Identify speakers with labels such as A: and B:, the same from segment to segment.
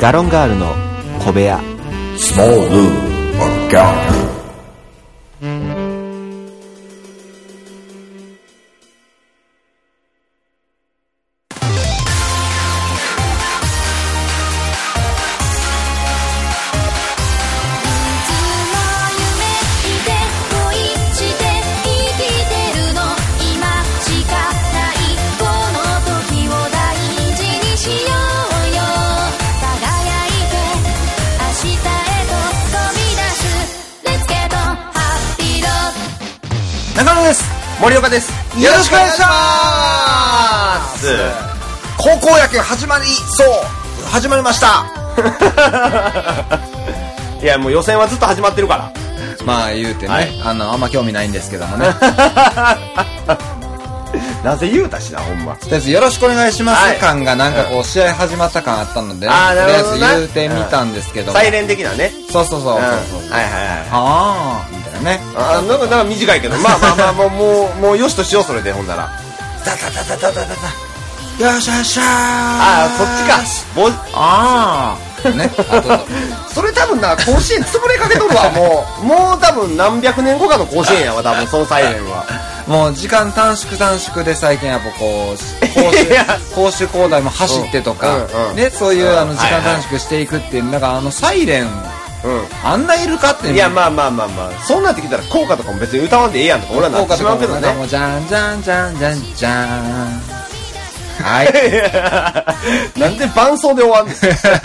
A: ガロンガールの小部屋
B: Small Room or Dark Room.
C: いつも夢見て恋して生きてるの今しかないこの時を大事にしようよ輝いて明日へと飛び出す Let's get on happy road
D: 中野です
E: 森岡です
D: よろしくお願いします高校野球始まりそう始まりました
E: いやもう予選はずっと始まってるから
D: まあ言うてね、
E: はい
D: あのあんま興味ないんですけどもね
E: なぜ言うたしなほんま
D: とりあえずよろしくお願いします、
E: はい
D: 感がなんかこう試合始まった感あったので、
E: あー
D: と
E: な
D: りあ
E: る
D: え
E: ほど
D: ず
E: な
D: 言うてみたんですけども、
E: サイレン的なね
D: そうそうそうそううん
E: はい
D: そう、
E: はいはい
D: ああみたいなね
E: あなんかなんか短いけどまあまあまあもうもうもうよしとしようそれでほんならダダダダダダダダ
D: よっしゃよっしゃー
E: ああそっちかもう
D: ああねあ
E: それ多分な甲子園潰れかけとるわも うもう多分何百年後かの甲子園やわ 多分そのサイレンは
D: ともう時間短縮短縮で最近やっぱこう
E: いや
D: 講習講台も走ってとか、
E: うんうん
D: ね、そういううんあの時間短縮していくっていう、なんかあのサイレン
E: う
D: あんないるかって
E: んいやまあまあまあまあそうなってきたら効果とかも別に歌わんでええやんとか俺はな
D: 効
E: って
D: 果
E: し
D: とか
E: まうけど
D: もなんか
E: ね
D: もうじゃんじゃんじゃんじゃんじ ゃんはい
E: なんで伴奏で終 わんですか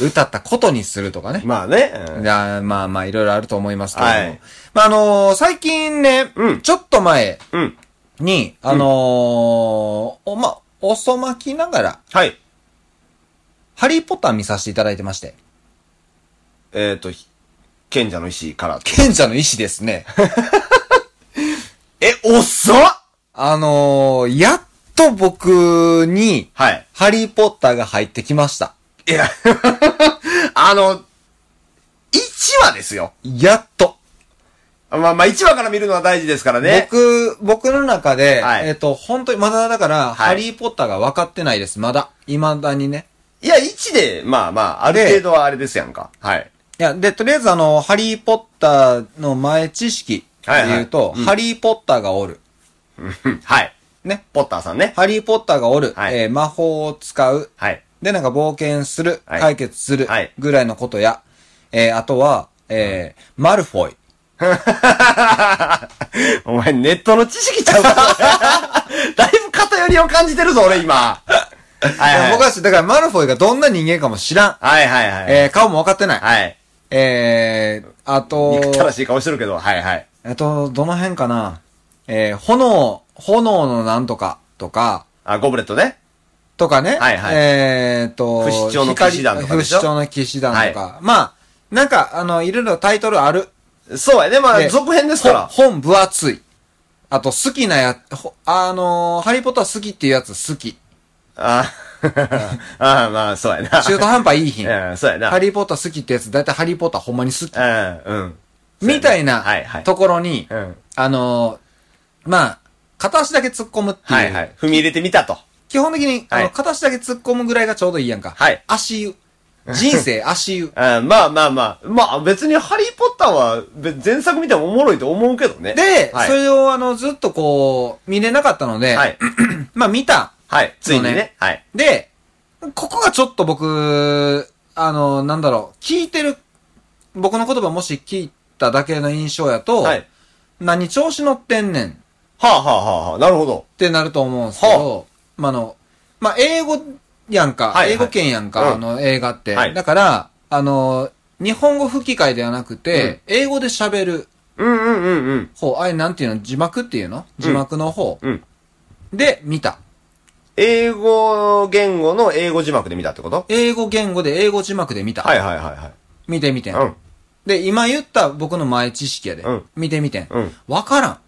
D: 歌ったことにするとかね
E: まあね、うん
D: いやまあまあいろいろあると思いますけれども、
E: はい
D: まああのー最近ね、
E: うん
D: ちょっと前
E: うん。
D: にあのーおま遅まきながら
E: はい。
D: ハリーポッター見させていただいてまして
E: えっ、ー、と、ひ賢者の石から。
D: 賢者の意志ですね
E: え、遅っ
D: あのー、やっと僕に、
E: はい。
D: ハリーポッターが入ってきました。
E: いや、 あの、1話ですよ。
D: やっと。
E: まあまあ、1話から見るのは大事ですからね。
D: 僕、僕の中で、
E: はい
D: えっ、と、本当に、まだだから、
E: は
D: ハ
E: い
D: リーポッターが分かってないです。まだ。未だにね。
E: いや、1で、まあまあ、ある程度はあれですやんか。はい。
D: いや、で、とりあえずあの、ハリーポッターの前知識で言うと、
E: はいはいうん
D: ハリーポッターがおる。
E: うん はい。
D: ね。
E: ポッターさんね。
D: ハリーポッターがおる。
E: はい
D: えー魔法を使う。
E: はい。
D: で、なんか冒険する。
E: はい
D: 解決する。
E: はい
D: ぐらいのことや。えーあとは、えーマルフォイ。
E: お前、ネットの知識ちゃうか だいぶ偏りを感じてるぞ、俺今。はいはい。
D: 僕はだからマルフォイがどんな人間かも知らん。
E: はいはいはい。
D: えー、顔も分かってない。
E: はい。
D: えー、あと、
E: 憎たらしい顔してるけど、はいはい。
D: えっと、どの辺かな。えー、炎、炎のなんとか、とか、
E: あ、ゴブレットね。
D: とかね。
E: はいはい
D: えーっと、
E: 不死鳥の騎士団とか
D: 光
E: でしょ
D: 不死鳥の騎士団とか。まあ、なんか、あの、いろいろタイトルある。
E: そうやね。まあ、
D: で
E: 続編ですから。
D: ほ本分厚い。あと、好きなや、ほあのーハリーポッター好きっていうやつ好き。
E: あ あ、まあ、そうやな。
D: 中途半端いい品。
E: うん、そうやな。
D: ハリーポッター好きってやつ、だいたいハリーポッターほんまに好き。
E: うん、うん。
D: みたいな
E: はいはい
D: ところに、
E: うん
D: あのーまあ、片足だけ突っ込むっていう。
E: はいはい。踏み入れてみたと。
D: 基本的に、あ
E: は
D: の、
E: い
D: 片足だけ突っ込むぐらいがちょうどいいやんか。
E: はい
D: 足湯。人 生足湯。
E: うん、まあまあまあ。まあ、別にハリーポッターはべ前作見てもおもろいと思うけどね。
D: で、
E: はい
D: それをあの、ずっとこう、見れなかったので、
E: はい。
D: まあ見た。
E: はい。ついに
D: そう
E: ね
D: ね。
E: はい。
D: で、ここがちょっと僕、あの、なんだろう、聞いてる、僕の言葉もし聞いただけの印象やと、
E: はい。
D: 何調子乗ってんねんっ
E: はあはあはあはあ。なるほど。
D: てなると思うんですけど、まああの、まあ英語やんか、
E: はいはい
D: 英語圏やんか、
E: うん
D: あの映画って。
E: はい
D: だから、あの、日本語吹き替えではなくて、英語で喋る
E: うんうんうんうん。
D: 方、あれなんていうの字幕っていうの
E: ん
D: 字幕の方。
E: うん
D: で、見た。
E: 英語言語の英語字幕で見たってこと
D: 英語言語で英語字幕で見た。
E: はいはいはいはい。
D: 見てみてん。
E: うん。
D: で、今言った僕の前知識やで。
E: うん
D: 見てみてん。
E: うん
D: わからん。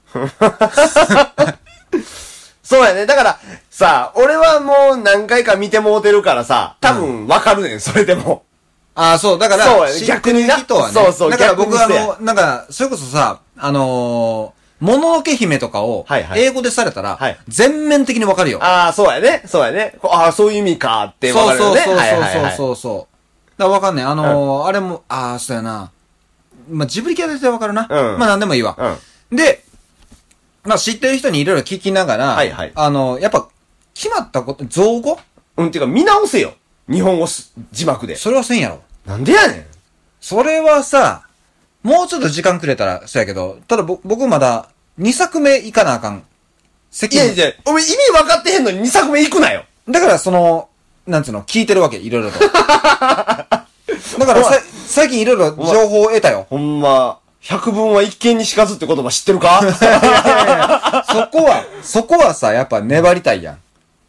E: そうやね。だから、さ、俺はもう何回か見てもうてるからさ、多分わかるねん、それでも。
D: ああ、そう、だから、
E: そうやね
D: 知ってる人はね。
E: 逆になそうそう
D: だから
E: 逆に
D: 僕はあ
E: そうや
D: の、なんか、それこそさ、あのーもののけ姫とかを
E: はい、はい
D: 英語でされたら
E: はい、
D: 全面的にわかるよ。
E: ああ、そうやね。そうやね。こうああ、そういう意味かってわ
D: そ
E: か
D: う
E: る
D: そ
E: よ
D: う
E: ね。
D: そう
E: はいはい
D: そう
E: はい
D: そうそう。だからわかんない。あのー、あれも、ああ、そうやな。まあ、ジブリ系だったらわかるな。
E: うん
D: まあ、なんでもいいわ。で、まあ、知ってる人にいろいろ聞きながら、
E: はいはい
D: あのー、やっぱ、決まったこと、造語
E: うん。うん、っていうか見直せよ。日本語す字幕で。
D: それはせんやろ。
E: なんでやねん。
D: それはさ、もうちょっと時間くれたら、そうやけど、ただぼ僕まだ、2作目いかなあかん。責
E: いや
D: 任
E: いや、お前意味分かってへんのに2作目行くなよ。
D: だからその、なんつうの、聞いてるわけ、いろい ろと。だからさ、最近いろいろ情報を得たよ。
E: ほんま、百聞は一見にしかずって言葉知ってる か
D: そこは、そこはさ、やっぱ粘りたいやん。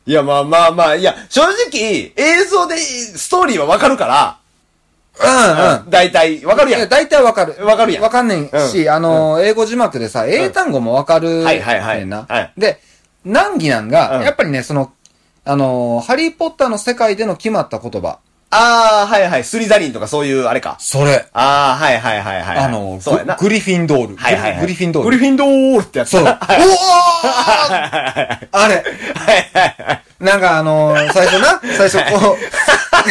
E: いや、まあまあまあ、いや、正直、映像でストーリーはわかるか
D: うん
E: ら、だいたいわかる
D: いや、
E: やん。
D: 大体わかる。
E: わかるやん
D: わかんねんし、あのー、英語字幕でさ、英単語もわかる。
E: はいはいはい
D: ねんな
E: はい。
D: で、難儀なん
E: う
D: が、
E: ん
D: やっぱりね、その、あのー、ハリーポッターの世界での決まった言葉。
E: ああ、はいはい、スリザリンとかそういうあれか。
D: それ。
E: ああ、はいはいはいはい。
D: あの
E: そうやな
D: ー、。ググリフィンドール。
E: はいはいはい。
D: グリグリフィンドー
E: グリ
D: ル。
E: フィンドールってやつ。
D: そう。お
E: は
D: ー
E: い
D: あれ。
E: はいはい。
D: なんかあのー、最初な、最初こう、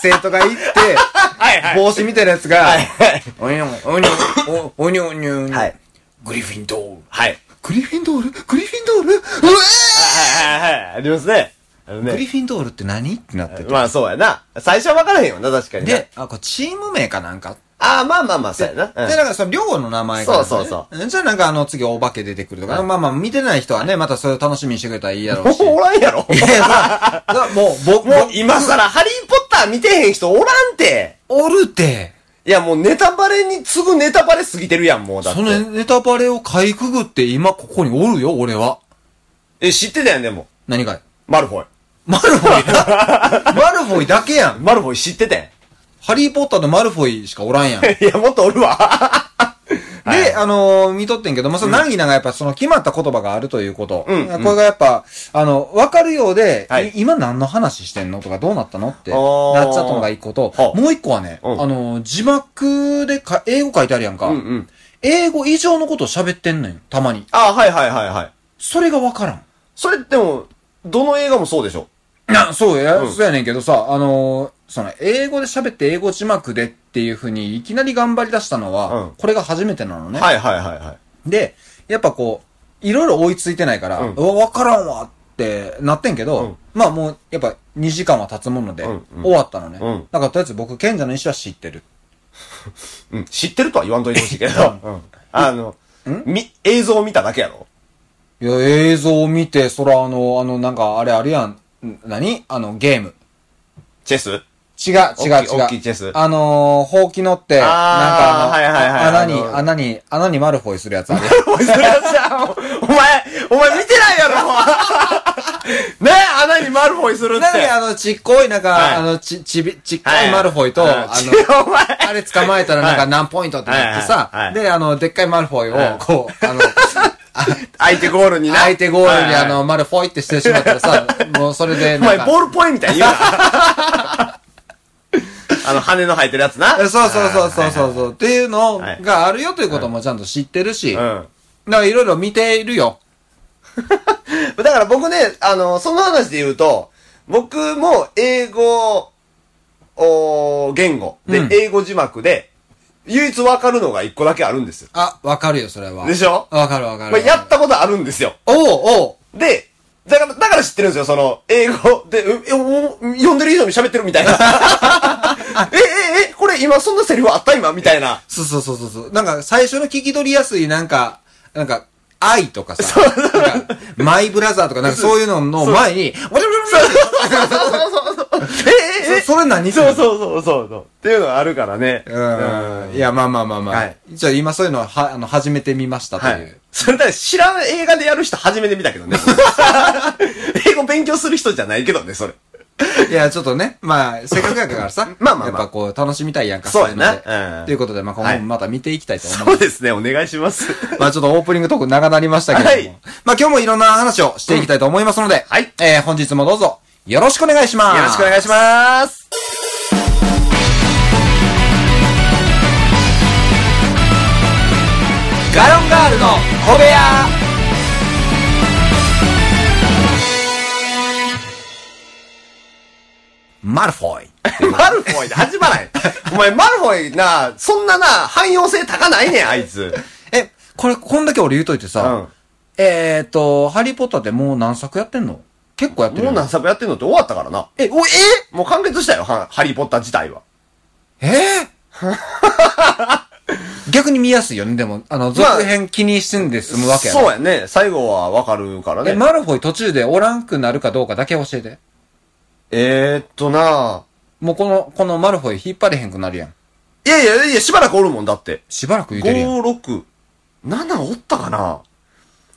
D: 生徒が行って、
E: はいはい。
D: 帽子みたいなやつが
E: はいはい、
D: おにょん、おにょん、おおにょん、おにょん、
E: はい
D: グリフィンドール。
E: はい。
D: グリフィンドールグリフィンドールうえ
E: はいはいはいはい。ありますね。あの
D: ーグリ
E: ね。
D: フィンドールって何ってなってて。
E: まあそうやな。最初は分からへんよな、確かにな。
D: で、あ、これチーム名かなんか。
E: ああ、まあまあまあ、そうやな。
D: で、だからその寮の名前が、
E: そうそう
D: そう。じゃあなんかあの次お化け出てくるとか、まあまあ見てない人はね、またそれを楽しみにしてくれたらいいやろうし。
E: もうおらん やろ。
D: いや、さ、さもう、僕、
E: もう今更ハリーポッター見てへん人おらんて。
D: おるて。
E: いやもうネタバレに次ぐネタバレすぎてるやん、もうだっ
D: その
E: て。
D: ネタバレをかいくぐって今ここにおるよ、俺は。
E: え、知ってたやん、でも。
D: 何かい
E: マルフォイ。
D: マルフォイ なマルフォイだけやん。
E: マルフォイ知ってたやん。
D: ハリーポッターとマルフォイしかおらんやん。
E: いや、もっとお るわ。
D: で、あのー見とってんけど、まあ、その難儀ながやっぱその決まった言葉があるということ。
E: うん
D: これがやっぱ、あの、わかるようで、
E: はい
D: い今何の話してんのとかどうなったのって
E: あ
D: なっ
E: ー
D: ちゃったのが一個と
E: は、あ
D: もう一個はね、
E: うん
D: あのー字幕でか、英語書いてあるやんか。
E: うんうん。
D: 英語以上のこと喋ってんのよ、たまに。
E: ああ、はいはいはいはい。
D: それがわからん。
E: それでも、どの映画もそうでしょ。
D: な、そうや、
E: うん
D: そうやねんけどさ、あのーその、英語で喋って英語字幕でっていう風に、いきなり頑張り出したのは、
E: うん
D: これが初めてなのね。
E: はいはいはいはい。
D: で、やっぱこう、いろいろ追いついてないから、
E: うん
D: うわ、わからんわってなってんけど、
E: うん
D: まあもう、やっぱ2時間は経つもので、
E: うんうん
D: 終わったのね。
E: うん
D: だからとりあえず僕、賢者の石は知ってる。
E: うん。知ってるとは言わんといてほしいけ ど。うん。あの、み、映像を見ただけやろ。
D: いや、映像を見て、そらあの、あの、なんかあれあるやん、ん何あの、ゲーム。
E: チェス
D: 違う、違う、
E: 大きい大き
D: 違
E: いチェス
D: う。あのー、ほうき乗って、なんかあの、
E: はいはいはい
D: 穴に
E: あ、の
D: 穴に、穴にマルフォイするやつある。
E: おい それはさ、お前、お前見てないやろ ね穴にマルフォイするって。
D: なんであの、ちっこい、なんか、
E: はい
D: あの、ち、ちび、ちっこ
E: はい
D: いマルフォイと、
E: はい
D: あ の、
E: 違うお前
D: あれ捕まえたらなんか
E: はい
D: 何ポイントってなって
E: はいはいは
D: さ、
E: い
D: で、あの、でっかいマルフォイ
E: は
D: を、
E: い
D: こう、あの、
E: 相手ゴールにな。
D: 相手ゴールに
E: はいはい
D: あの、マルフォイってしてしまったらさ、もうそれで、
E: お
D: な
E: 前
D: ん、か、
E: ボールポイみたいに言う な。あの、羽の生えてるやつな。
D: そうそうそうそうそうそう、っていうの
E: はい
D: があるよということもちゃんと知ってるし、
E: う
D: だか
E: ん。
D: らいろいろ見ているよ。
E: だから僕ね、あの、その話で言うと、僕も英語、おー言語で、
D: うん
E: 英語字幕で、唯一わかるのが一個だけあるんですよ。
D: あ、わかるよ、それは。
E: でしょ
D: わかるわか
E: まあ
D: る。
E: やったことあるんですよ。
D: おうおう
E: で、だから、だから知ってるんですよ、その、英語で、うえお呼んでる以上に喋ってる みたいな。え、え、え、これ今そんなセリフあった今みたい な。
D: そうそうそうそうそう。なんか、最初の聞き取りやすい、なんか、なんか、愛とか さ、なんかマイブラザーとか、なんかそういうのの前に、わちゃわちゃわちゃ
E: え、え、え、
D: そそれ何
E: そうそうそうそうそう。っていうのがあるからね。
D: うん。い
E: や、
D: や、まあまあまあまあ。
E: はい
D: じゃあ今そういうのは、は、あの、始めてみましたとい
E: は
D: う。
E: い。それだ、知らん映画でやる人初めて見たけど ね。英語勉強する人じゃないけどね、それ。
D: い、や、ちょっとね、まあ、せっかくやからさ
E: 。まあまあまあ
D: やっぱこう、楽しみたいやんか。
E: そうやな
D: いので
E: うん
D: ということで、まあ今
E: はい
D: 後もまた見ていきたいと思います。
E: そうですね、お願いします。
D: まあちょっとオープニングトーク長なりましたけれども。
E: はい
D: まあ今日もいろんな話をしていきたいと思いますので。
E: はい
D: えー、本日もどうぞ、よろしくお願いします。
E: よろしくお願い
D: し
E: します。
F: ガロンガールの小部屋マルフォイ。
E: マルフォイで始まらない。お前、マルフォイな、そんなな、汎用性高ないねん、あいつ。
F: え、これ、こんだけ俺言うといて
E: うん
F: さ、えっと、ハリーポッターってもう何作やってんの結構やってる
E: も
F: よ
E: う
F: ね
E: 何作やってんのって終わったからな。
F: え、お、え
E: もう完結したよ、ハハリーポッター自体は。
F: え ー逆に見やすいよね、でも、あの、続編気にしてんで済むわけやろ
E: そうやね。最後はわかるから
F: え、
E: ね。
F: マルフォイ途中でおらんくなるかどうかだけ教えて。
E: えー、っとな
F: もうこの、このマルフォイ引っ張れへんくなるやん。
E: いやいやいや、しばらくおるもんだって。
F: しばらく言うてるやん。
E: 5、6、7おったかな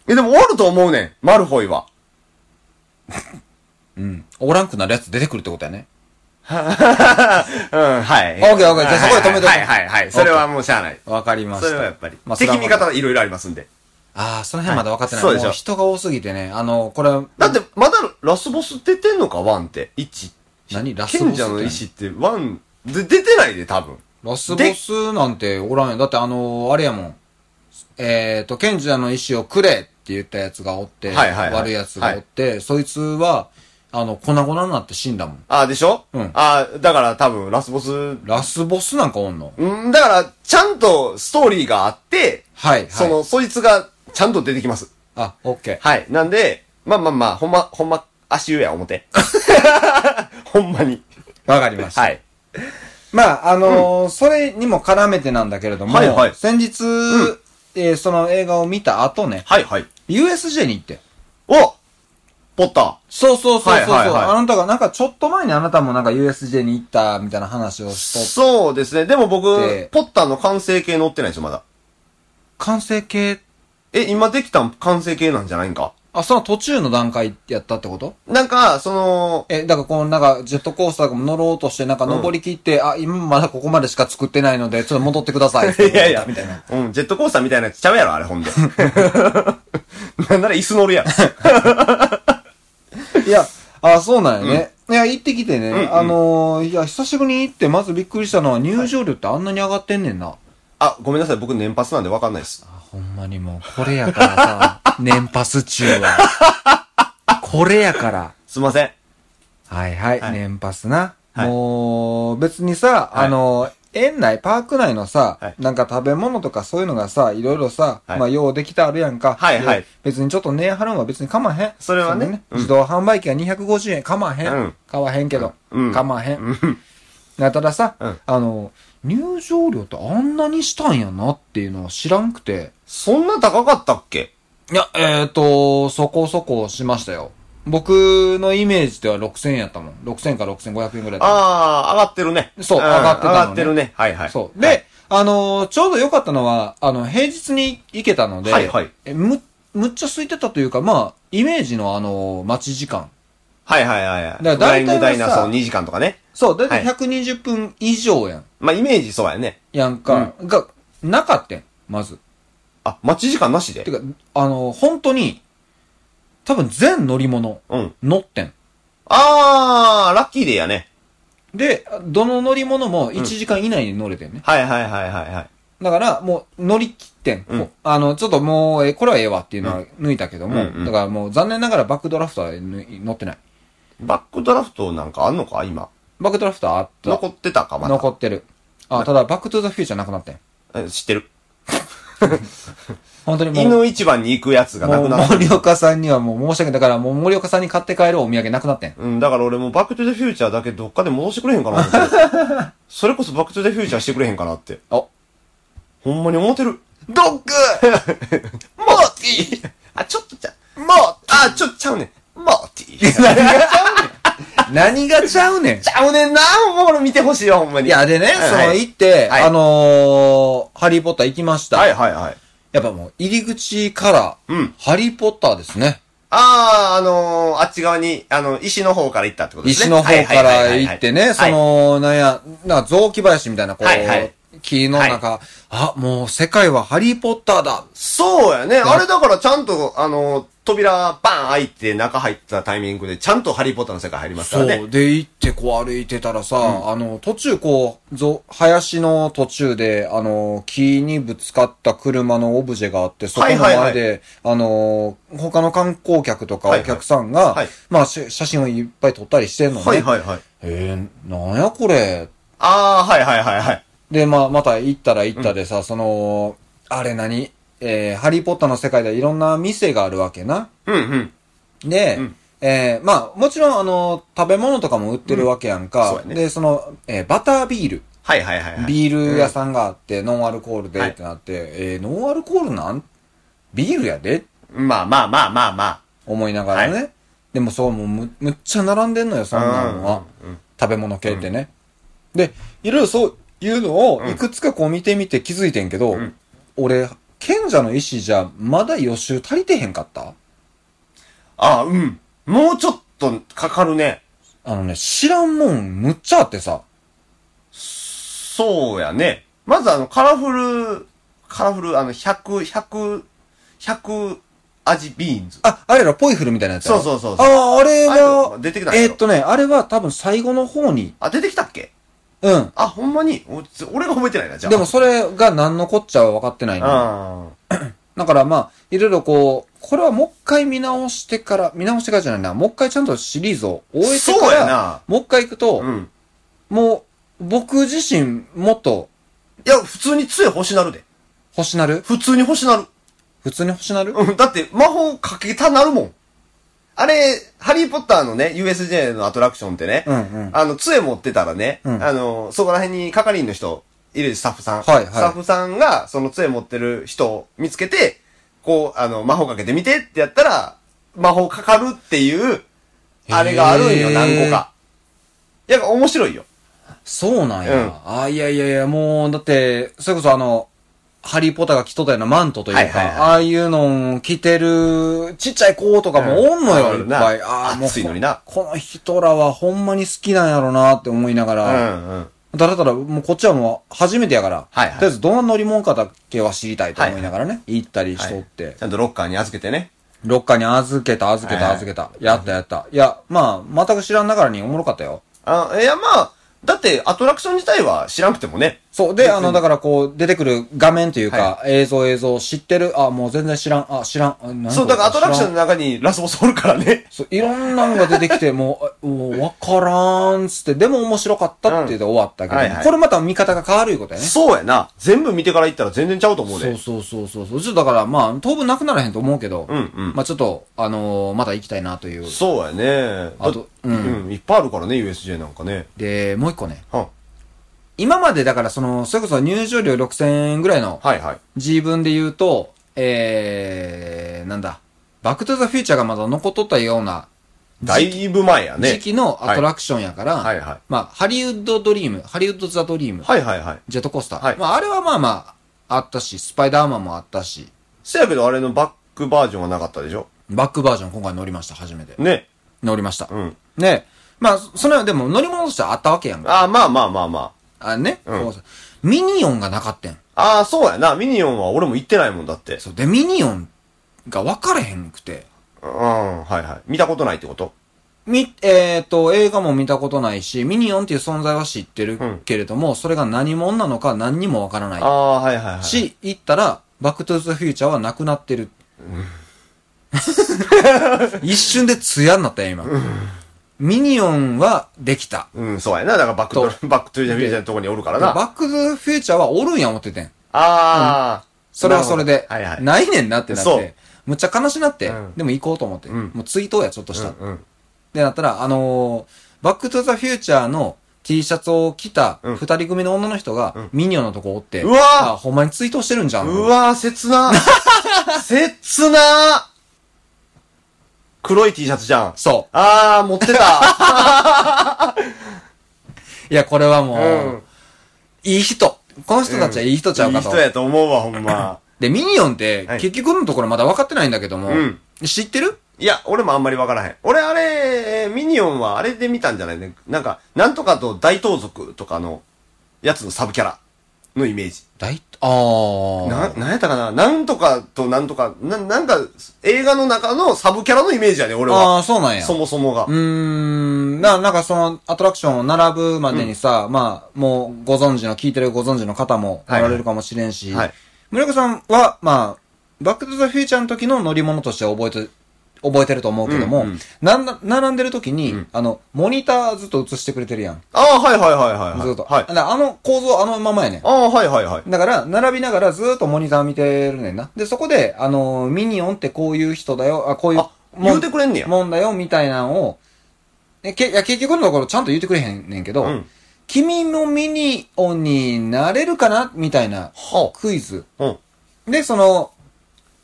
E: え、でもおると思うねん、マルフォイは。
F: おらんくなるやつ出てくるってことやね。
E: うん、はい。
F: オッケーオッケーじゃあそこで止めとこう
E: はいはいはいはい。それはもうしゃあない。
F: わかりま
E: それはやっぱり。
F: まあ、
E: 敵味
F: それはもう
E: 方いろいろありますんで。
F: ああ、その辺まだ分かってない。
E: はいそうでしょ
F: もう人が多すぎてね。あの、これ、
E: だって、まだラスボス出てんのか、ワンって。1。
F: 何ラスボスって
E: 賢者の石って、ワン、で、出てないで、多分。
F: ラスボスなんておらんよ。だってあの、あれやもん。えっ、と、賢者の意思をくれって言ったやつがおって、
E: はいはいはい
F: 悪いやつがおって、そいつは、あの、粉々になって死んだもん。
E: ああ、でしょ
F: うん
E: ああ、だから多分、ラスボス、うん
F: ラスボスなんかおんの
E: だから、ちゃんとストーリーがあって、
F: はい、はい。
E: その、そいつが、ちゃんと出てきます。
F: あ、オッケー。
E: はい。なんで、まあまあまあ、ほんま、ほんま、足湯や、 表。ほんまに。
F: わかりました。
E: はい。
F: まあ、あのーそれにも絡めてなんだけれども、
E: はいはい
F: 先日、えーその映画を見た後ね、
E: はいはい。
F: USJ に行って。
E: おポッタ
F: そうそうそうそうそう、
E: はいはいはい
F: あなたが、なんかちょっと前にあなたもなんか USJ に行ったみたいな話を
E: ー。
F: しと、
E: そうですね。でも僕
F: で、
E: ポッターの完成形乗ってないでしょ、まだ。
F: 完成形、
E: え、今できたん完成形なんじゃないんか
F: あ、その途中の段階やったってこと
E: なんか、その、
F: え、だからこのなんかジェットコースターとかも乗ろうとしてなんか登り切って、あ、今まだここまでしか作ってないので、ちょっと戻ってくだ さい。
E: いやいや
F: みたいな。、
E: うん、ジェットコースターみたいなやつちゃうやろ、あれ、ほ んで。なんなら椅子乗るやろ。
F: いや、あ、そうなんやね。いや、行ってきてね、あのー、いや、久しぶりに行って、まずびっくりしたのは入場料ってあんなに上がってんねんな。
E: あ、ごめんなさい、僕年発なんでわかんないです。
F: ほんまにもう、これやからさ、 年パス中は。これやから。
E: すいません。
F: はいはい、
E: はい
F: 年パスな。
E: はい
F: もう、別にさ、
E: はい
F: あの、園内、パーク内のさ、
E: はい
F: なんか食べ物とかそういうのがさ、いろいろさ、
E: はい
F: まあ、用できたあるやんか。
E: はいはい
F: で別にちょっと値張るんは別にかまへん。
E: それはね
F: の
E: うん
F: 自動販売機が250円かまへん。
E: うん
F: かわへんけど。
E: うん
F: かまへん。なたださ、
E: うん
F: あの、入場料ってあんなにしたんやなっていうのは知らんくて。
E: そんな高かったっけ
F: いや、えっ、ー、と、そこそこしましたよ。僕のイメージでは6000円やったもん。6000から6500円ぐらいだっ
E: ああ、上がってるね。
F: そうん上がってたのね
E: 上がってるね。はいは
F: た。
E: い。
F: そう。で、、あのーちょうど良かったのは、あの、平日に行けたので、
E: はいはい
F: えむ、むっちゃ空いてたというか、まあ、イメージのあのー待ち時間。
E: はいはいはいはい。だ
F: だか
E: からら
F: 大
E: 大体
F: 体はさ
E: ダイナソー2時間とかね。
F: そう、だいたい
E: は
F: 120分以上やん。
E: まあ、イメージそうやね。
F: やんか、が、なかったん、まず。
E: あ、待ち時間なしてで
F: か、あのー本当に、多分全乗り物、
E: うん。
F: 乗ってん。
E: ああ、ラッキーでやね。
F: で、どの乗り物も1時間以内に乗れてんね。
E: はいはいはいはいはい。
F: だから、もう、乗り切ってん。
E: うん
F: もうあの、ちょっともう、えこれはええわっていうのは抜いたけども、
E: うんうん
F: だからもう、残念ながらバックドラフトはぬ乗ってない。
E: バックドラフトなんかあんのか今。
F: バックドラフトはあった。
E: 残ってたかまだ。
F: 残ってる。あ、ただ、バックトゥーザフューチャーなくなってん。
E: え知ってる。
F: 本当にもう、
E: 犬市場に行くやつがな
F: も
E: く
F: う
E: なった。
F: 森岡さんにはもう申し訳ない。だから、もう森岡さんに買って帰るお土産なくな ってん。
E: うん、だから俺もバックトゥザフューチャーだけどっかで戻してくれへんか なと思って。それこそバックトゥザフューチャーしてくれへんかなって。
F: あ、
E: ほんまに思ってる。
F: ド ッ
E: モ
F: グ
E: ーティーあ、ちょっとちゃ、モーあ、ちょっとちゃうねん。モーティー。
F: 何がちゃうね ん。
E: ちゃうねんな、ほんまこれ見てほしいよ、ほんまに。
F: いや、でね、
E: はい
F: そ
E: は
F: の、
E: い
F: 行って、
E: はい
F: あのー、ハリーポッター行きました。
E: はいはいはい。
F: やっぱもう、入り口から、
E: うん
F: ハリーポッターですね。
E: あー、あのー、あっち側に、あの、石の方から行ったってことですね。
F: 石の方か
E: はい
F: ら
E: はいはいはい
F: 行
E: はい
F: ってね、そ、
E: はい
F: の、なんや、なんか雑木林みたいな、こ、
E: はいはいう
F: 木の中、あ、もう世界はハリーポッターだ。
E: そうやね。あれだからちゃんと、あのー、扉バーン開いて中入ったタイミングでちゃんとハリーポッターの世界入りますからね
F: そう。。で、行ってこう歩いてたらさ、あの、途中こう、ぞ、林の途中で、あの、木にぶつかった車のオブジェがあって、そこの
E: はいはいは
F: 前
E: い
F: で、あの、他の観光客とか
E: はい
F: お
E: はい
F: 客さんが
E: はい、
F: まあ、し写真をいっぱい撮ったりしてんのね。
E: はいはいはい。
F: えー、なんやこれ。
E: ああ、はいはいはいはい。
F: で、まあ、また行ったら行ったでさ、その、あれ何えー、ハリーポッターの世界でいろんな店があるわけな。
E: うんうん。
F: で、えーまあ、もちろん、あの、食べ物とかも売ってるわけや
E: う
F: ん
E: ん
F: か。
E: そうやね
F: で、その、えーバタービール。
E: はいはいはいはい。
F: ビール屋さんがあって、ノンアルコールで
E: はい
F: ってなって、えーノンアルコールなんビールやで
E: まあまあまあまあまあ。
F: 思いながらね。
E: は
F: でもそう、もうむ、むっちゃ並んでんのよ、そんなのは。食べ物系ってね。で、いろいろそういうのを、いくつかこう見てみて気づいてんけど、
E: ん
F: 俺、賢者の意志じゃ、まだ予習足りてへんかった
E: ああ、うん。もうちょっとかかるね。
F: あのね、知らんもん、むっちゃあってさ。
E: そうやね。まずあの、カラフル、カラフル、あの、100、100、100味ビーンズ。
F: あ、あれら、ポイフルみたいなやつやろ
E: そうそうそうそう
F: ああ、あれ
E: あ
F: は、
E: 出てきたんや
F: え
E: ろ
F: ーっとね、あれは多分最後の方に、
E: あ、出てきたっけ
F: うん。
E: あ、ほんまにおつ俺が褒めてないな、じゃあ。
F: でもそれが何のこっちゃは分かってないのよ
E: あ
F: だからまあ、いろいろこう、これはもう一回見直してから、見直してからじゃないな、もう一回ちゃんとシリーズを終えて
E: そう
F: か
E: や
F: ら
E: な、
F: もう一回行く
E: あ。
F: と、
E: うん。
F: もう、僕自身もっと
E: いや、普通に杖欲しなるで。
F: 星なる
E: 普通に欲しなる。
F: 普通に星なる
E: うん、だって魔法かけたなるもん。あれ、ハリーポッターのね、USJ のアトラクションってね、
F: うんうん
E: あの、杖持ってたらね、
F: うん
E: あの、そこら辺に係員の人、いるスタッフさん。
F: はいはい
E: スタッフさんが、その杖持ってる人を見つけて、こう、あの、魔法かけてみてってやったら、魔法かかるっていう、あれがあるんよ、
F: へー
E: 何個か。いや、面白いよ。
F: そうなんや。
E: うん
F: あ、いやいやいや、もう、だって、それこそあの、ハリーポッターが着とったようなマントというか、
E: はいはいはい
F: ああいうのを着てる、ちっちゃい子とかもおんのよ、
E: うん
F: いっぱい。
E: な
F: ああ、もう。
E: 暑いのにな
F: この人らはほんまに好きなんやろなって思いなが
E: う
F: ら。
E: んうん。
F: だだったら、もうこっちはもう初めてやから。
E: はいはい
F: とりあえず、どの乗り物かだけは知りたいと思いながらね、行ったりしとって。
E: はいちゃんとロッカーに預けてね。
F: ロッカーに預けた、預け
E: はい
F: た、
E: はい
F: 預けた。やった、やった。いや、まあ、全く知らんながらにおもろかったよ。
E: あ、いや、まあ、だって、アトラクション自体は知らなくてもね。
F: そう。で、あの、だからこう、出てくる画面というか、映像映像知ってる。あ、もう全然知らん。あ、知らん。あ何これ
E: そう、だからアトラクション
F: 知
E: の
F: らん
E: 中にラスボスおるからね。
F: そう、いろんなんが出てきて、もうあ、もう、わからんっつって、でも面白かったって言って終わったけど、
E: うんはいはい
F: これまた見方が変わるいうことやね。
E: そうやな。全部見てから行ったら全然ちゃうと思う
F: そう
E: で。
F: そうそうそうそう。ちょっとだから、まあ、当分なくならへんと思うけど、
E: うんうん
F: まあちょっと、あのーまた行きたいなという。
E: そうやね。
F: あと
E: だ
F: うん
E: うん。いっぱいあるからね、USJ なんかね。
F: で、もう一個ね。
E: は
F: 今までだから、その、それこそ入場料6000円ぐらいの、
E: はいはい。
F: 自分で言うと、えー、なんだ、バックトゥザフューチャーがまだ残っとったような
E: だいぶ前やね。
F: 時期のアトラクションやから、
E: はいはいはい
F: まあ、ハリウッドドリーム、ハリウッドザドリーム、
E: はいはいはい。
F: ジェットコースター。
E: はい
F: まあ、あれはまあまあ、あったし、スパイダーマンもあったし、
E: せやけど、あれのバックバージョンはなかったでしょ。
F: バックバージョン今回乗りました、初めて。
E: ね。
F: 乗りました。
E: うん。
F: ねまあ、そその、でも乗り物としてはあったわけやんか。
E: あーまあまあまあま
F: あね、
E: うん
F: こうミニオンがなかったん。
E: あ。ああ、そうやな。ミニオンは俺も行ってないもんだって。
F: そう。で、ミニオンが分かれへんくて。
E: うん、はいはい。見たことないってこと
F: み、えっ、と、映画も見たことないし、ミニオンっていう存在は知ってるけれども、それが何者なのか何にもわから
E: あ
F: な
E: あ、はいはいはい。
F: い。し、行ったら、バックトゥーザフューチャーはなくなってる。一瞬で艶になったよ、今。ミニオンはできた。
E: うん、そうやな。だからバック
F: と
E: と、バックトゥージャフィージャーのとこにおるからな。
F: バックトゥーザフューチャーはおるんや思っててん。
E: ああ、
F: それはそれ
E: なる
F: で、
E: ほどはいはい。
F: ないねんなってなっ
E: そ
F: て
E: う、
F: むっちゃ悲しなって、
E: うん
F: でも行こうと思って、
E: うん
F: もう追悼や、ちょっとした。
E: うんうん。
F: で、なったら、あのーバックトゥザフューチャーの T シャツを着た
E: うん
F: 二人組の女の人が
E: ん
F: ミニオンのとこおって、
E: うわー
F: あほんまに追悼してるんじゃん。
E: うわぁ、切 な切な黒い T シャツじゃん。
F: そ
E: あー、持ってた。
F: う。いや、これ はもう、
E: うん
F: いい人。この人たちはいい人ちゃう
E: いい
F: かと。
E: 人やと思うわ、ほんま。
F: で、ミニオンって、
E: はい
F: 結局のところまだ分かってないんだけども、
E: うん
F: 知ってる
E: いや、俺もあんまりわからへん。俺、あれ、えーミニオンはあれで見たんじゃないね。なんか、なんとかと大盗賊とかの、やつのサブキャラ。のイメージ。
F: 大体、ああ。
E: な、なんやったかななんとかとなんとか、な、なんか、映画の中のサブキャラのイメージやね、俺
F: ああ、
E: は。
F: そうなんや。
E: そもそもが
F: う。ーん、な、なんかそのアトラクションを並ぶまでにさ、まあ、もうご存知の、聞いてるご存知の方もお
E: はい
F: られるかもしれんし、
E: はい
F: 村岡さんは、まあ、バックトゥザフューチャーの時の乗り物として覚えて、覚えてると思うけども、
E: うんうん
F: なんだ並んでる時に、
E: ん
F: あの、モニターずっと映してくれてるやん。
E: ああ、はいはいはいはいはい。
F: ずっと。
E: はい。
F: だからあの構造あのままやねん
E: あ。あ、はいはいはい。
F: だから、並びながらずーっとモニター見てるねんな。で、そこで、あのーミニオンってこういう人だよ、あ、こういう
E: あ
F: もん、
E: 言うてくれんねや
F: もんだよ、みたいなのを、えけいや、結局のところちゃんと言ってくれへんねんけど、
E: うん
F: 君もミニオンになれるかなみたいな
E: は
F: クイズ。
E: うん。
F: で、その、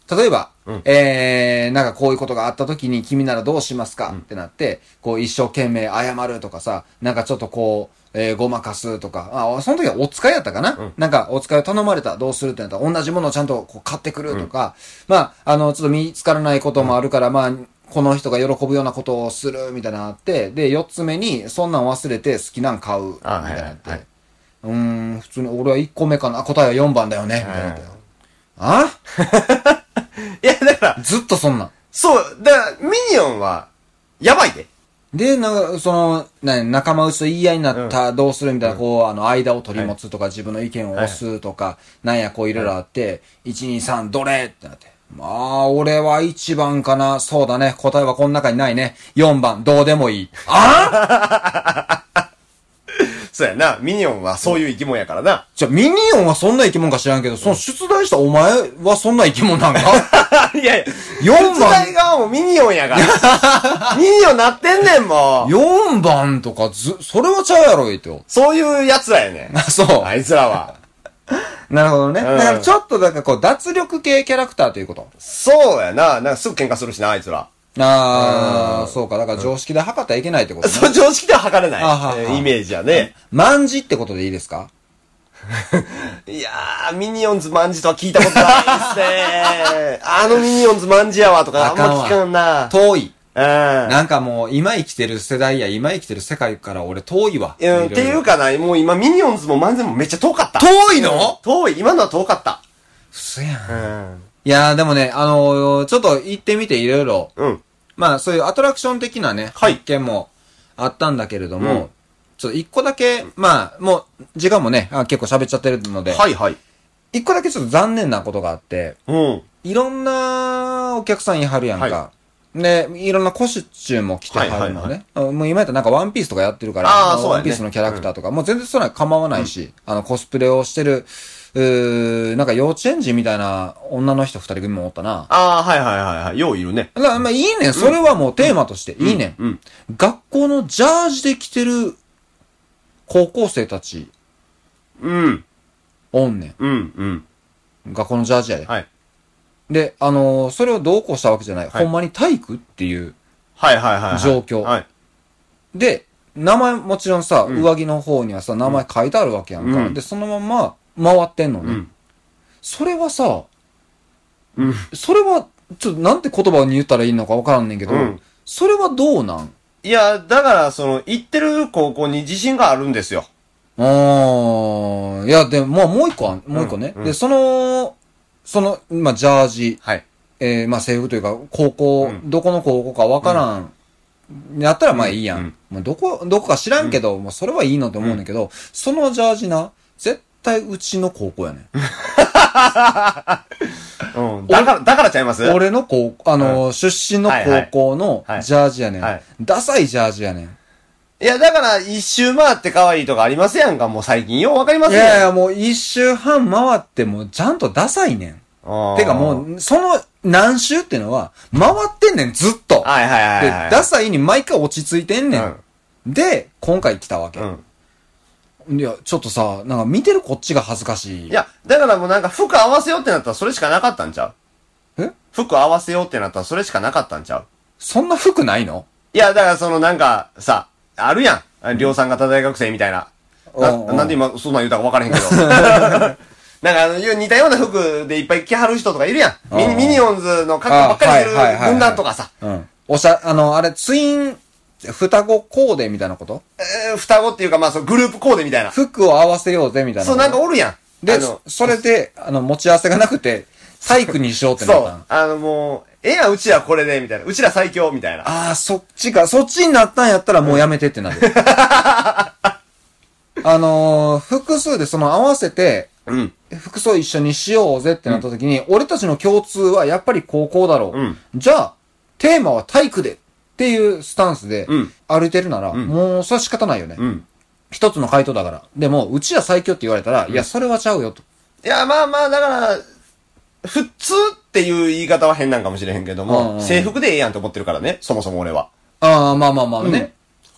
F: 例えば、
E: うん
F: えー、なんかこういうことがあった時に君ならどうしますか、ってなって、こう一生懸命謝るとかさ、なんかちょっとこう、えー、ごまかすとか、あ、その時はお使いやったかな、
E: ん
F: なんかお使いを頼まれた、どうするってなったら、同じものをちゃんとこう買ってくるとか、まあ、あの、ちょっと見つからないこともあるから、まあ、この人が喜ぶようなことをするみたいなのあって、で、四つ目に、そんなん忘れて好きなん買う、みたいなのあって、
E: あはいはいう
F: ーん、普通に俺は1個目かな、あ答えは4番だよね、みたいなのあったよ。あ
E: いや、だから、
F: ずっとそんなん。
E: そう、だから、ミニオンは、やばいで。
F: で、なんか、その、な仲間内と言い合いになった、どうするみたいな、こう、あの、間を取り持つとか、自分の意見を押すとか、なんや、こう、いろいろあって、1、2、3、どれってなって。まあ、俺は1番かな。そうだね。答えはこの中にないね。4番、どうでもいい。ああ
E: そうやな、ミニオンはそういう生き物やからな。
F: じゃあ、ミニオンはそんな生き物か知らんけど、その出題したお前はそんな生き物なん か
E: いやいや、
F: 四番
E: 出題側もミニオンやから。 ミニオンなってんねん、もう。
F: ?4 番とかず、それはちゃうやろ、いと。
E: そういう奴らやね
F: あ、そう。
E: ん。あいつらは。
F: なるほどね。
E: ん
F: だから、ちょっと、なんかこう、脱力系キャラクターということ。
E: そうやな、なんかすぐ喧嘩するしな、あいつら。
F: ああ、そうか。だから常識で測ったらいけないってことね。
E: そう、常識では測れない
F: あはは
E: えーイメージやね。
F: 万字ってことでいいですか
E: いやー、ミニオンズマンジとは聞いたことない ですね。あのミニオンズマンジやわとか、あんま聞かんな。
F: 遠い。
E: うん。
F: なんかもう、今生きてる世代や、今生きてる世界から俺遠いわ。
E: うん、っていうかな、もう今ミニオンズも漫然もめっちゃ遠かった。
F: 遠いの
E: 遠い、今のは遠かった。
F: 嘘やん。
E: うん。
F: いやー、でもね、あのー、ちょっと行ってみていろいろ。
E: うん。
F: まあ、そういうアトラクション的なね、
E: はい
F: 発見もあったんだけれども、
E: うん
F: ちょっと一個だけ、まあ、もう、時間もね、あ結構喋っちゃってるので、
E: はいはい。
F: 一個だけちょっと残念なことがあって、
E: うん。
F: いろんなお客さんいはるやんか。
E: は
F: で、いろんなコスチュームも着てはるのね。もう今やったらなんかワンピースとかやってるから、
E: あー
F: あの
E: そうやね
F: ワンピースのキャラクターとか、もう全然そんなの構わないし、あのコスプレをしてる、うーなんか幼稚園児みたいな女の人二人組もおったな。
E: ああ、はいはいはいはい。よういるね。
F: だからまあいいねん。それはもうテーマとしていいねん。
E: うん。
F: 学校のジャージで着てる高校生たち
E: うん。
F: おんね
E: うん。うん。
F: ん。学校のジャージやで。
E: はい。
F: で、あのーそれをどうこうしたわけじゃない。
E: はい
F: ほんまに体育っていう。
E: はいはいはいはい。
F: 状況
E: はい。
F: で、名前もちろんさ、
E: うん
F: 上着の方にはさ、名前書いてあるわけやんか。
E: うん
F: で、そのまま回ってんの
E: う
F: ね。
E: ん。
F: それはさ、
E: うん。
F: それは、ちょっとなんて言葉に言ったらいいのかわからんねんけど、
E: うん
F: それはどうなん
E: いや、だから、その、行ってる高校に自信があるんですよ。
F: あー、いや、でも、まあ、もう一個あん、もう一個ね。
E: うんうん
F: で、その、その、まあ、ジャージ、
E: はい。
F: えー、まあ、制服というか、高校、
E: うん
F: どこの高校かわからん。やったらまあいいやん。
E: うん
F: もうどこ、どこか知らんけど、もうそれはいいのと思うんだけど、そのジャージな、絶対うちの高校やねん。
E: うん。だから、だからちゃいます
F: 俺の高校、あのー、出身の高校の
E: はいはい
F: ジャージやねん
E: はい。
F: ダサいジャージやねん。
E: いや、だから、一周回って可愛いとかありますやんか、もう最近。ようわかりま
F: い
E: す
F: やい
E: や
F: や、
E: ん。
F: もう一周半回ってもちゃんとダサいねん。
E: うん
F: てかも、う、その何周ってのは、回ってんねん、ずっと。
E: はいはいはい
F: で
E: はい。、
F: ダサいに毎回落ち着いてんねん。で、今回来たわけ
E: う。ん。
F: いや、ちょっとさ、なんか見てるこっちが恥ずかしい。
E: いや、だからもうなんか服合わせようってなったらそれしかなかったんちゃう
F: え
E: 服合わせようってなったらそれしかなかったんちゃう
F: そんな服ないの
E: いや、だからそのなんかさ、あるやん。量産型大学生みたいな。
F: うんう
E: なんなんで今そんなん言うたか分からへんけ ど。なんかあの似たような服でいっぱい着はる人とかいるやん。ミニ
F: うん
E: ミニオンズの格好ばっかりしてる
F: あはいはいはいはい
E: 軍団とかさ。
F: うん。おしゃ、あの、あれ、ツイン、双子コーデみたいなこと
E: えー双子っていうかまあそのグループコーデみたいな。
F: 服を合わせようぜみたいな
E: そ
F: こと。
E: うなんかおるやん。
F: で
E: あの、
F: それで、あの、持ち合わせがなくて、サイクにしようってな
E: そ
F: った
E: う
F: の。。
E: あのもう、ええやん、うちらこれで、みたいな。うちら最強、みたいな。
F: ああ、そっちか。そっちになったんやったらもうやめてってな る。あのー複数でその合わせて、
E: うん。
F: 服装一緒にしようぜってなった時に、俺たちの共通はやっぱり高校だろう。
E: うん
F: じゃあ、テーマは体育でっていうスタンスで
E: うん
F: 歩いてるなら、
E: ん
F: もうそれは仕方ないよね。
E: うん。
F: 一つの回答だから。でも、うちら最強って言われたら、いや、それはちゃうよと。
E: いや、まあまあ、だから、普通っていう言い方は変なんかもしれへんけど
F: う
E: も、
F: んうん
E: 制服でええやんと思ってるからね、そもそも俺は。
F: ああ、まあまあまあね。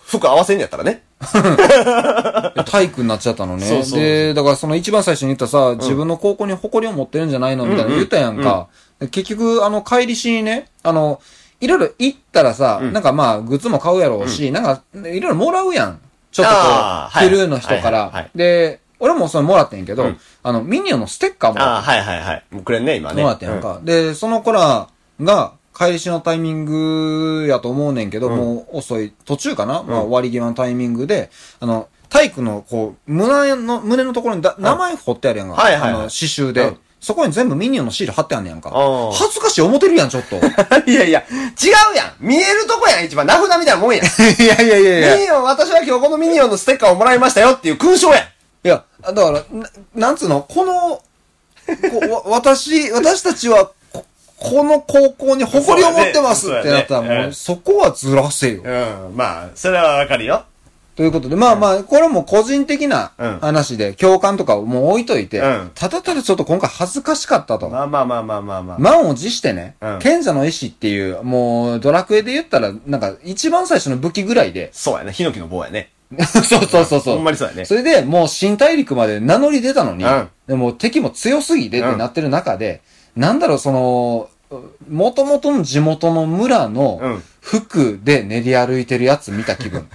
E: 服合わせんやったらね。
F: 体育になっちゃったのね。
E: そうそう
F: で、だからその一番最初に言ったさ、自分の高校に誇りを持ってるんじゃないのみたいなの言ったやんか。結局、あの、帰りしにね、あの、いろいろ行ったらさ、なんかまあ、グッズも買うやろうし、なんか、いろいろもらうやん。ちょっとこ
E: あ
F: う、
E: ーはい
F: 昼の人か
E: はいはいは
F: ら
E: い。
F: で、俺もそれもらってんけど、
E: うん
F: あの、ミニオンのステッカーもらっ
E: ああ、はいはいはい。もうくれんね、今ね。
F: もらってんやんか。で、その子らが、帰りしのタイミングやと思うねんけど、もう遅い、途中かな、まあ終わり際のタイミングで、あの、体育の、こう、胸の、胸のところにだ、名前彫ってあるやんか。
E: はいはいはい
F: あの、刺繍で。
E: うん
F: そこに全部ミニオンのシール貼ってあんねやんか
E: あ。ー
F: 恥ずかしい思てるやん、ちょっと。い
E: うん。いやいや、違うやん見えるとこやん、一番。名札 みたいなもんやん。
F: やいやいやいや。
E: ミニオン、私は今日このミニオンのステッカーをもらいましたよっていう勲章やん。
F: いや、だから、ななんつうの、この、こわ 私、私たちはこ、この高校に誇りを持ってます
E: そうや
F: っ
E: ね
F: てなったら、
E: そうやね
F: も
E: うん
F: う、そこはずらせよ。
E: うん、まあ、それはわかるよ。
F: ということで、まあまあ、これも個人的な
E: うん
F: 話で、共感とかをもう置いといて、
E: うん
F: ただただちょっと今回恥ずかしかったと。
E: まあまあまあまあまあまあ。
F: 満を持してね、
E: うん、
F: 賢者の意志っていう、もう、ドラクエで言ったら、なんか、一番最初の武器ぐらいで
E: そうやね、ヒノキの棒やね。
F: そうそうそうそう。
E: ほんまにそうやね
F: それで、もう新大陸まで名乗り出たのに、
E: うん
F: でもう敵も強すぎてってなってる中で、なんだろう、その、元々の地元の村
E: う
F: の
E: ん
F: 服で練り歩いてるやつ見た気分。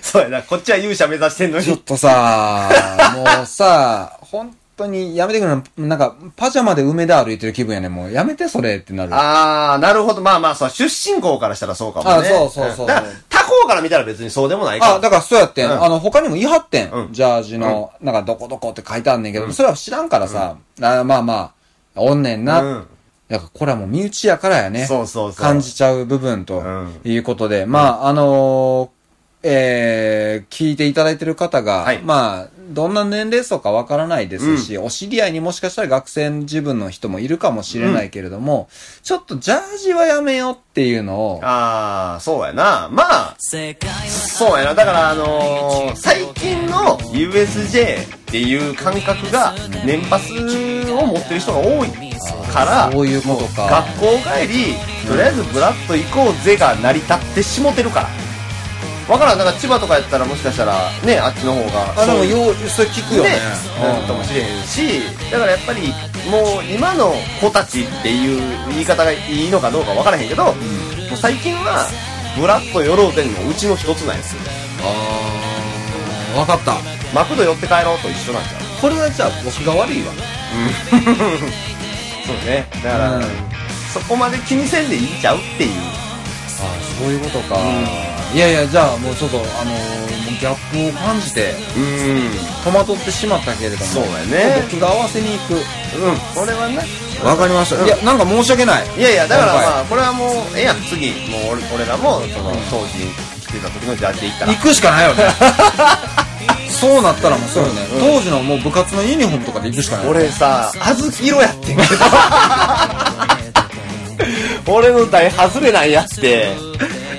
E: そうやな、こっちは勇者目指してんの
F: ちょっ
E: に。
F: とさ、 もうさ、本当にやめてくれな。なんか、パジャマで梅田歩いてる気分やね。もうやめてそれってなる。
E: あー、なるほど。まあまあ、そう、出身校からしたらそうかもね。
F: あそうそうそう
E: だから、他校から見たら別にそうでもないから。
F: あ、だからそうやってん。
E: うん
F: あの、他にも言い張ってん。
E: うん
F: ジャージの、なんかどこどこって書いてあんねんけど、それは知らんからさ、あまあまあ、おんねんな。
E: うん
F: だからこれはもう身内やからやね。
E: そうそうそう。
F: 感じちゃう部分と
E: うん
F: いうことで、まあ、あのーえー聞いていただいてる方が、
E: はい
F: まあ、どんな年齢層かわからないですし、お知り合いにもしかしたら学生自分の人もいるかもしれないけれども、ちょっとジャージはやめようっていうのを、
E: あー、そうやな。まあ、そうやな。だから、あのー、最近の USJ っていう感覚が、年パスを持ってる人が多いから、
F: そういうことか。
E: 学校帰り、とりあえずブラッと行こうぜが成り立ってしもてるから。わからん。だから千葉とかやったらもしかしたら、ね、あっちの方が。
F: あ、でも
E: そういう
F: よう、それ聞くよね。
E: うんかもしれへんし、だからやっぱり、もう今の子たちっていう言い方がいいのかどうかわからへんけど、もう最近は、ブラッと寄ろうぜのうちの一つなんですよ。
F: あーわかった。
E: マクド寄って帰ろうと一緒なんちゃう
F: これはじゃあ僕が悪いわ。
E: そうね。だから、
F: うん
E: そこまで気にせんでいいんちゃうっていう。
F: ああそういうことか、いやいやじゃあもうちょっとあのーもうギャップを感じて
E: うん。
F: 戸惑ってしまったけれども
E: そうだね
F: 僕が合わせに
E: うん。
F: 行
E: これはね。
F: くわかりましたいやなんか申し訳ない
E: いやいや、だから
F: 今回
E: まあ、これはもう、ええやん。次、もう俺俺らも、その、当時着てた時のジャージで行ったら
F: 行。くしかないよ ねそうなったらもうそうよね、当時のもう部活のユニフォームとかで行くしかない
E: 俺さ、小豆色やってんけど。俺の代外れなんやって。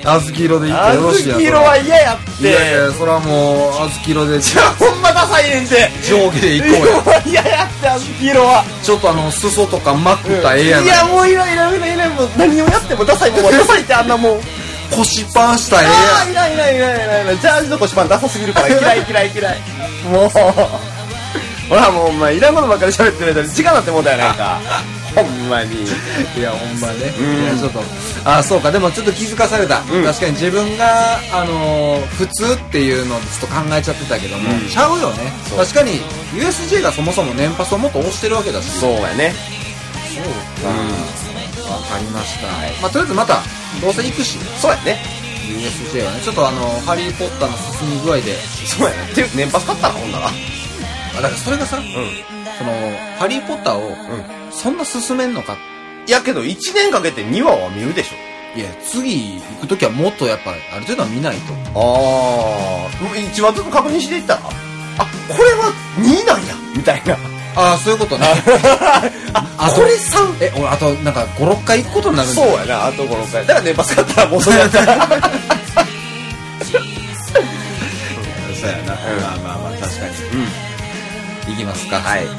F: 小豆色で行ってよろしい
E: 小
F: や
E: 豆色は嫌やっ
F: いやいや
E: て。
F: それはもう小豆色で
E: じゃあほんまダサいねんて。
F: 上下で行こうよ
E: 嫌やって、小豆色は。
F: ちょっとあの裾とかまくったらええやない
E: や、もういらんいらんいらんいらん。もう何をやってもダサいもんはダサいってあんなもん。
F: 腰パンしたらええ
E: ああ、いらんいらんいらんいらんいらん。ジャージの腰パンダサすぎるから嫌い嫌い嫌い。もう。ほらもうお前いらんことばっかり喋ってる間に時間なんてもんだよなんか。ほんまに。
F: やんいやほんまね、いやちょっとあそうかでもちょっと気づかされた、
E: ん
F: 確かに自分が、あのー普通っていうのをずっと考えちゃってたけども、
E: うん
F: ちゃうよね確かに USJ がそもそも年パスをもっと押してるわけだし
E: そうやね。
F: かわかりました、まあ、とりあえずまたどうせ行くし
E: そうやね。
F: USJ はねちょっとあの「ハリー・ポッター」の進み具合で
E: そうやね。ていう年パス買ったらほんなら。
F: あだからそれがさ、その「ハリー・ポッター」をそんな進めんのか、
E: いやけど、1年かけて2話は見るでしょ。
F: いや次行く時はもっとやっぱある程度は見ないと
E: ああ、1話ずつ確認していったら、あ、これは2なんや、みたいな。
F: ああそういうことね あ
E: これ3。
F: え俺あとなんか56回行くことになるん
E: そうやな、あと5、6回。だからね、バスだったらもうそれやったら。
F: そうやな、まあまあまあ確かにうんいきますかはい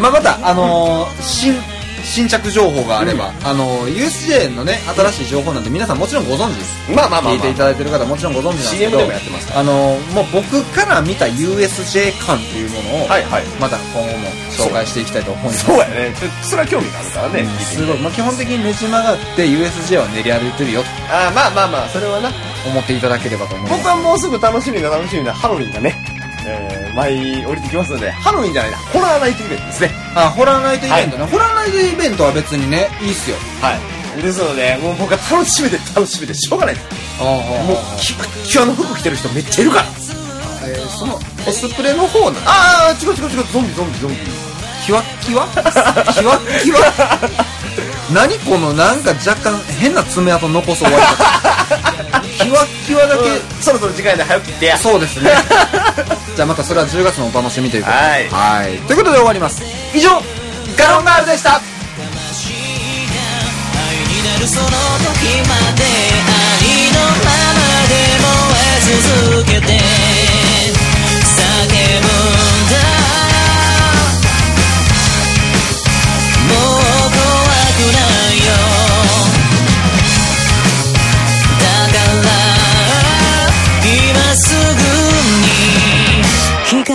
F: まあまたあのー新新着情報があれば、あのー USJ のね新しい情報なんて皆さんもちろんご存知です
E: まあまあまあ
F: 聞い
E: ま
F: てい
E: あ。
F: ただいてる方はもちろんご存知なんですけ
E: CM
F: ど
E: でもやってますか
F: あのーもう僕から見た USJ 感というものを、
E: はいはい
F: また今後も紹介していきたいと思います
E: そうやね。ちょそれは興味があるからね、聞いてみて
F: すごい、まあ、基本的にねじ曲がって USJ を練り歩いてるよ
E: あーまあまあまあそれはな
F: と思っていただければと思います
E: 僕はもうすぐ楽しみが楽しみなハロウィンがね、えー、舞い降りてきますのでハロウィンじゃないなホラーナイトイベントですね
F: あホラーナイトイベントね、ホラーナイトイベントは別にねいいっすよ
E: はいですのでもう僕は楽しみで楽しみでしょうがないですも
F: も
E: う
F: う、
E: キワッキワの服着てる人めっちゃいるから
F: えーそのコスプレの方なの
E: ああ違う違う違うゾンビゾンビゾンビ
F: キワッ キワキワッキワ 何このなんか若干変な爪痕残す終わり 方キワッキワだけ、
E: そろそろ時間で早く来てや
F: そうですね じゃあまたそれは10月のお楽しみということで
E: はい
F: はいということで終わります以上ガロンガールでした
G: その時まで愛のままで燃え続けて叫ぶんだもう怖くないよだから今すぐに光